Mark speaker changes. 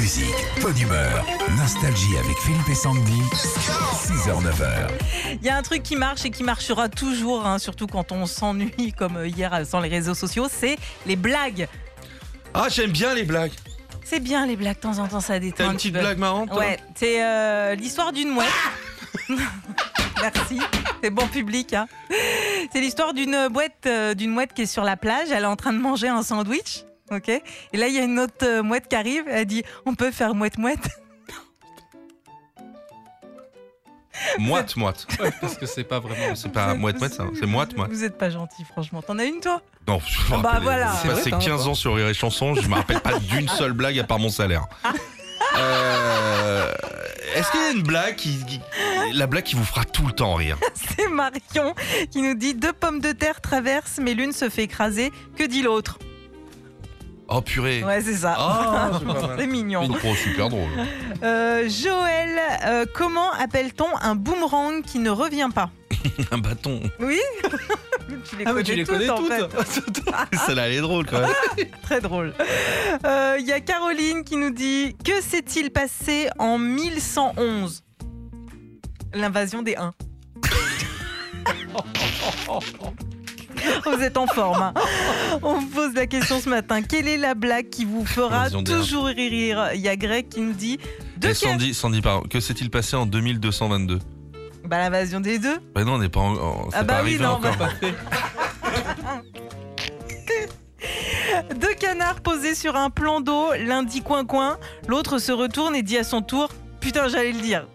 Speaker 1: musique, bonne humeur, nostalgie avec Philippe et Sandy. 6h-9h.
Speaker 2: Il y a un truc qui marche et qui marchera toujours, hein, surtout quand on s'ennuie comme hier euh, sans les réseaux sociaux, c'est les blagues.
Speaker 3: Ah, j'aime bien les blagues.
Speaker 2: C'est bien les blagues, de temps en temps ça détend.
Speaker 3: T'as
Speaker 2: un
Speaker 3: une
Speaker 2: petit
Speaker 3: petite
Speaker 2: peu.
Speaker 3: blague marrante toi Ah
Speaker 2: Ouais, c'est euh, l'histoire d'une mouette. Merci, c'est bon public. hein. C'est l'histoire d'une mouette, euh, d'une mouette qui est sur la plage. Elle est en train de manger un sandwich. Ok. Et là, il y a une autre euh, mouette qui arrive. Elle dit On peut faire mouette mouette.
Speaker 3: Moite, moite.
Speaker 4: Parce que c'est pas vraiment.
Speaker 3: C'est pas moite, moite, ça. hein. C'est moite, moite.
Speaker 2: Vous êtes pas gentil, franchement. T'en as une, toi
Speaker 3: Non, je me
Speaker 2: Ah bah
Speaker 3: rappelle,
Speaker 2: voilà.
Speaker 3: J'ai passé 15 ans sur Rire et Chanson, je me rappelle pas d'une seule blague à part mon salaire. Euh, Est-ce qu'il y a une blague qui, qui- La blague qui vous fera tout le temps rire
Speaker 2: C'est Marion qui nous dit Deux pommes de terre traversent, mais l'une se fait écraser. Que dit l'autre
Speaker 3: Oh purée.
Speaker 2: Ouais, c'est
Speaker 4: Oh,
Speaker 2: ça.
Speaker 3: Ah, c'est pas mal.
Speaker 2: C'est mignon.
Speaker 3: Oh, super drôle.
Speaker 2: Euh, Joël, euh, comment appelle-t-on un boomerang qui ne revient pas
Speaker 3: Un bâton.
Speaker 2: Oui Tu les connais, toutes, en fait.
Speaker 3: hein.
Speaker 2: Ah.
Speaker 3: Celle-là, elle est drôle quand même.
Speaker 2: Très drôle. Euh, Il y a Caroline qui nous dit Que s'est-il passé en 1111 L'invasion des Huns. Vous êtes en forme. hein. On vous pose la question ce matin. Quelle est la blague qui vous fera
Speaker 3: L'invasion des Huns.
Speaker 2: toujours rire Il y a Greg qui nous dit De
Speaker 3: Et
Speaker 2: quel-
Speaker 3: Eh, Sandy, Sandy, pardon, que s'est-il passé en 2222
Speaker 2: Bah, l'invasion des deux.
Speaker 3: Bah non, on n'est pas en- en. c'est
Speaker 2: Ah bah
Speaker 3: pas
Speaker 2: oui,
Speaker 3: arrivé
Speaker 2: non,
Speaker 3: encore.
Speaker 2: bah- Deux canards posés sur un plan d'eau, l'un dit coin coin, l'autre se retourne et dit à son tour Putain, j'allais le dire.